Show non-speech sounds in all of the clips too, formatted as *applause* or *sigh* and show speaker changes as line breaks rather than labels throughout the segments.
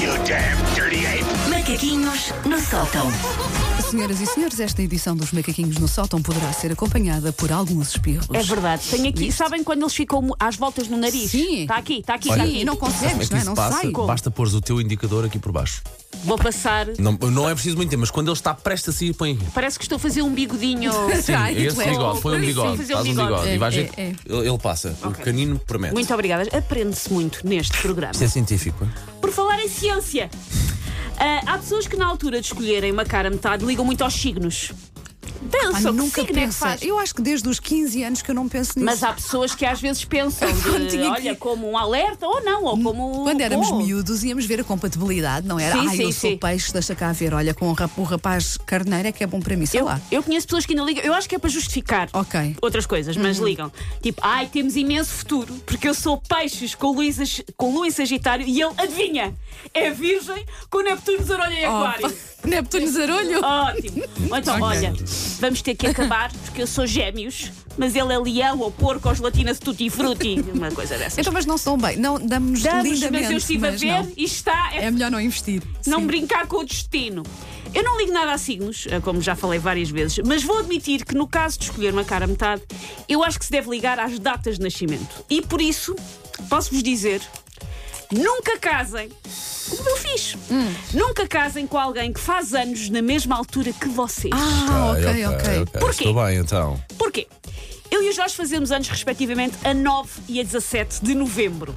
you damn dirty ape!
Macaquinhos no sótão.
Senhoras e senhores, esta edição dos Macaquinhos no Sótão poderá ser acompanhada por alguns espirros.
É verdade. Tenho aqui. Sabem quando eles ficam mu- às voltas no nariz?
Sim.
Está aqui, está aqui,
Sim,
está
e
aqui.
não
Como é
consegues,
que
não é?
isso
Não
passa?
sai.
Basta pôres o teu indicador aqui por baixo.
Vou passar.
Não, não é preciso muito tempo, mas quando ele está prestes a sair, põe.
Parece que estou a fazer um bigodinho.
Sim,
Ai, tu
esse
és
bigode,
louco.
põe um
Sim,
bigode,
fazer um
faz um
bigode.
bigode. E vais
É,
ver,
é, é.
ele ele passa. O canino promete.
Muito obrigada. Aprende-se muito neste programa.
Isto é científico. hein?
Por falar em ciência, ah, há pessoas que na altura de escolherem uma cara a metade ligam muito aos signos.
Ai,
Pensam que
Ah, nunca
signo é que
pensei.
faz.
Eu acho que desde os 15 anos que eu não penso nisso.
Mas há pessoas que às vezes pensam,
*laughs* Quando
de,
tinha
olha,
que-
como um alerta ou não, ou como.
Quando éramos
oh.
miúdos íamos ver a compatibilidade, não era?
Sim,
ah,
sim,
eu sou
sim.
peixe, deixa cá ver. Olha, com o rap- o rapaz carneiro é que é bom para mim, sei
Eu, É
lá.
eu conheço pessoas que ainda ligam. Eu acho que é para justificar
Ok.
outras coisas, mas
Uhum.
ligam. Tipo, ai, temos imenso futuro, porque eu sou peixes com Luís, Ag- com Luís Sagitário e ele, adivinha, é virgem com Neptuno, Zarolha e Aquário.
Oh, *laughs* Neptuno
*laughs*
Zarolho. *laughs*
Ótimo. Ou então, olha, vamos ter que acabar, porque eu sou gêmeos, mas ele é leão ou porco ou gelatina de tutti frutti. Uma coisa dessas.
Então, mas não se dão bem. Não, damos
Damos,
lindamente.
mas eu estive a
mas
ver
não.
e está, é
É melhor não investir.
não
Sim.
brincar com o destino. Eu não ligo nada a signos, eh, como já falei várias vezes, mas vou admitir que no caso de escolher uma cara a metade, eu acho que se deve ligar às datas de nascimento. E por isso, posso-vos dizer, nunca casem, como eu fiz,
Hum.
nunca casem com alguém que faz anos na mesma altura que vocês.
Ah, ok, ok.
Porquê?
Estou bem, então.
Porquê? Eu e o Jorge fazemos anos, respectivamente, a 9 e a 17 de novembro.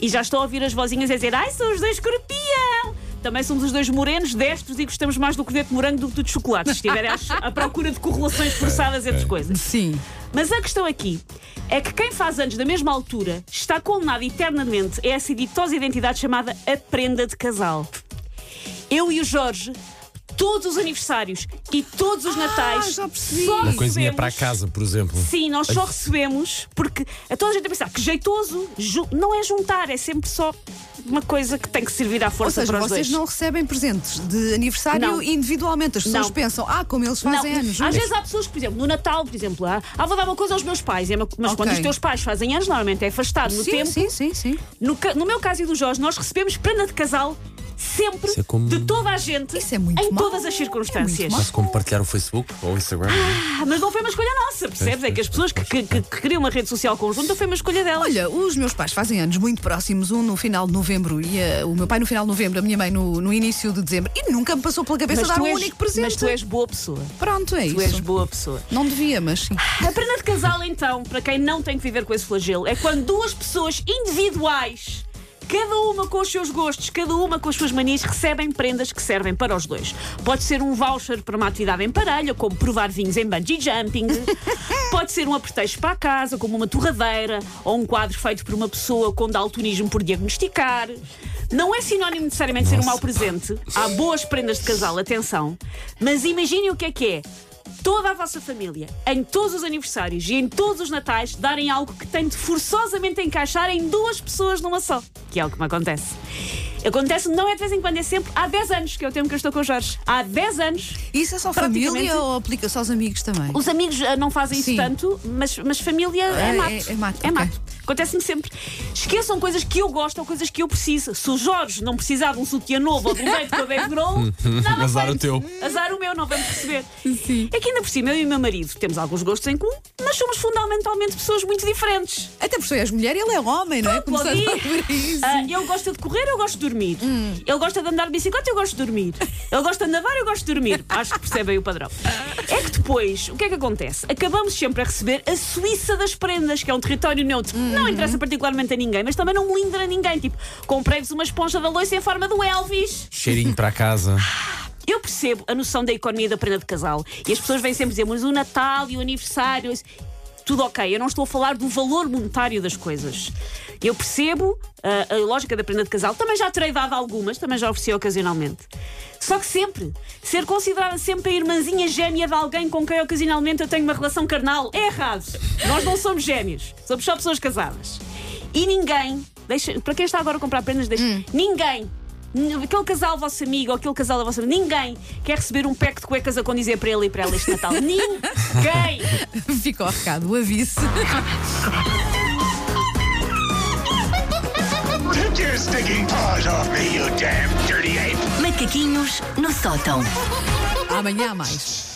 E já estou a ouvir as vozinhas a dizer: Ai, são os dois escorpião! Também somos os dois morenos, destros e gostamos mais do codete de morango do que do de chocolate, se estiverem à, à procura de correlações
*laughs* É,
forçadas entre coisas.
Sim.
Mas a questão aqui é que quem faz anos da mesma altura está condenado eternamente a essa ditosa identidade chamada a prenda de casal. Eu e o Jorge, todos os aniversários e todos os natais,
Ah, já percebi.
só
Uma coisinha
recebemos-
para a casa, por exemplo.
Sim, nós só recebemos porque a toda a gente a pensar que jeitoso ju- não é juntar, é sempre só uma coisa que tem que servir à
Ou
força
seja,
para os
vocês
dois.
não recebem presentes de aniversário
Não.
individualmente. As pessoas
Não.
pensam, ah, como eles
Não,
fazem anos.
às vezes há pessoas que, por exemplo, no Natal, por exemplo, ah, ah, vou dar uma coisa aos meus pais, é uma- mas
Ok.
quando os teus pais fazem anos, normalmente é afastado no
sim,
tempo.
sim, sim, sim.
No, ca- no meu caso e do Jorge, nós recebemos prenda de casal sempre
Isso é como-
de toda a gente
Isso é muito
em
mau.
todas as
É
circunstâncias.
muito mau.
Posso compartilhar o Facebook ou o Instagram?
Ah, mas não foi uma escolha nossa, percebes? É que as pessoas que, que, que- que criam uma rede social conjunta foi uma escolha delas.
Olha, os meus pais fazem anos muito próximos, um no final de novembro e eh, o meu pai no final de novembro, a minha mãe no, no início de dezembro, e nunca me passou pela cabeça dar
tu
um
és-
único presente.
mas tu és boa pessoa.
Pronto, é
Tu és
isso.
boa pessoa.
Não devia, mas sim.
A prenda de casal, então, para quem não tem que viver com esse flagelo, é quando duas pessoas individuais, cada uma com os seus gostos, cada uma com as suas manias, recebem prendas que servem para os dois. Pode ser um voucher para uma atividade em parelha, como provar vinhos em bungee jumping. Pode ser um apertejo para a casa, como uma torradeira, ou um quadro feito por uma pessoa com daltonismo por diagnosticar. Não é sinónimo necessariamente de ser um mau presente. Há boas prendas de casal, atenção. Mas imaginem o que é que é toda a vossa família, em todos os aniversários e em todos os natais, darem algo que tem de forçosamente encaixar em duas pessoas numa só, que é o que me acontece. Acontece não é de vez em quando, é sempre há 10 anos que é o tempo que eu estou com o Jorge. Há 10 anos.
Isso é só
Praticamente-
família ou aplica-se aos amigos também?
Os amigos ah, não fazem isso
Sim.
tanto, mas, mas família é
É-
mato.
é- é mato, ok.
Acontece-me sempre. Esqueçam coisas que eu gosto ou coisas que eu preciso. Se o Jorge não precisar de um sutiã novo
*laughs*
ou de um leite com a
Hum.
Baby Roll, nada
Azar
feito.
o teu.
Azar o meu, não vamos perceber. É que ainda por cima eu e o meu marido temos alguns gostos em comum, mas somos fundamentalmente pessoas muito diferentes.
Até porque tu és mulher e ele é homem, não é?
Pronto,
Começando
Claudinha.
por isso. *laughs*
Ah, eu gosto de correr, eu gosto de dormir. Ele gosta de andar de bicicleta, eu gosto de dormir. Ele gosta de nadar, eu gosto de dormir. Acho que percebem o padrão. É que depois, o que é que acontece? Acabamos sempre a receber a Suíça das prendas, que é um território neutro. Não interessa particularmente a ninguém, mas também não lindra a ninguém. Tipo, comprei-vos uma esponja da loiça em forma do Elvis.
Cheirinho para a casa.
Eu percebo a noção da economia da prenda de casal. E as pessoas vêm sempre dizer, mas o Natal e o aniversário. isso- Tudo ok, eu não estou a falar do valor monetário das coisas. Eu percebo ah, a lógica da prenda de casal, também já terei dado algumas, também já ofereci ocasionalmente. Só que sempre, ser considerada sempre a irmãzinha gêmea de alguém com quem ocasionalmente eu tenho uma relação carnal é errado. Nós não somos gêmeos, somos só pessoas casadas. E ninguém, deixa, para quem está agora a comprar prendas, deixa, ninguém Aquele casal vosso amigo ou aquele casal da vossa amiga, ninguém quer receber um pack de cuecas a condizer para ele e para ela este Natal. ninguém!
Fica ao recado, o
*laughs*
aviso.
Take your stinking paws off me, you
damn dirty ape!
Macaquinhos no sótão.
Amanhã há mais.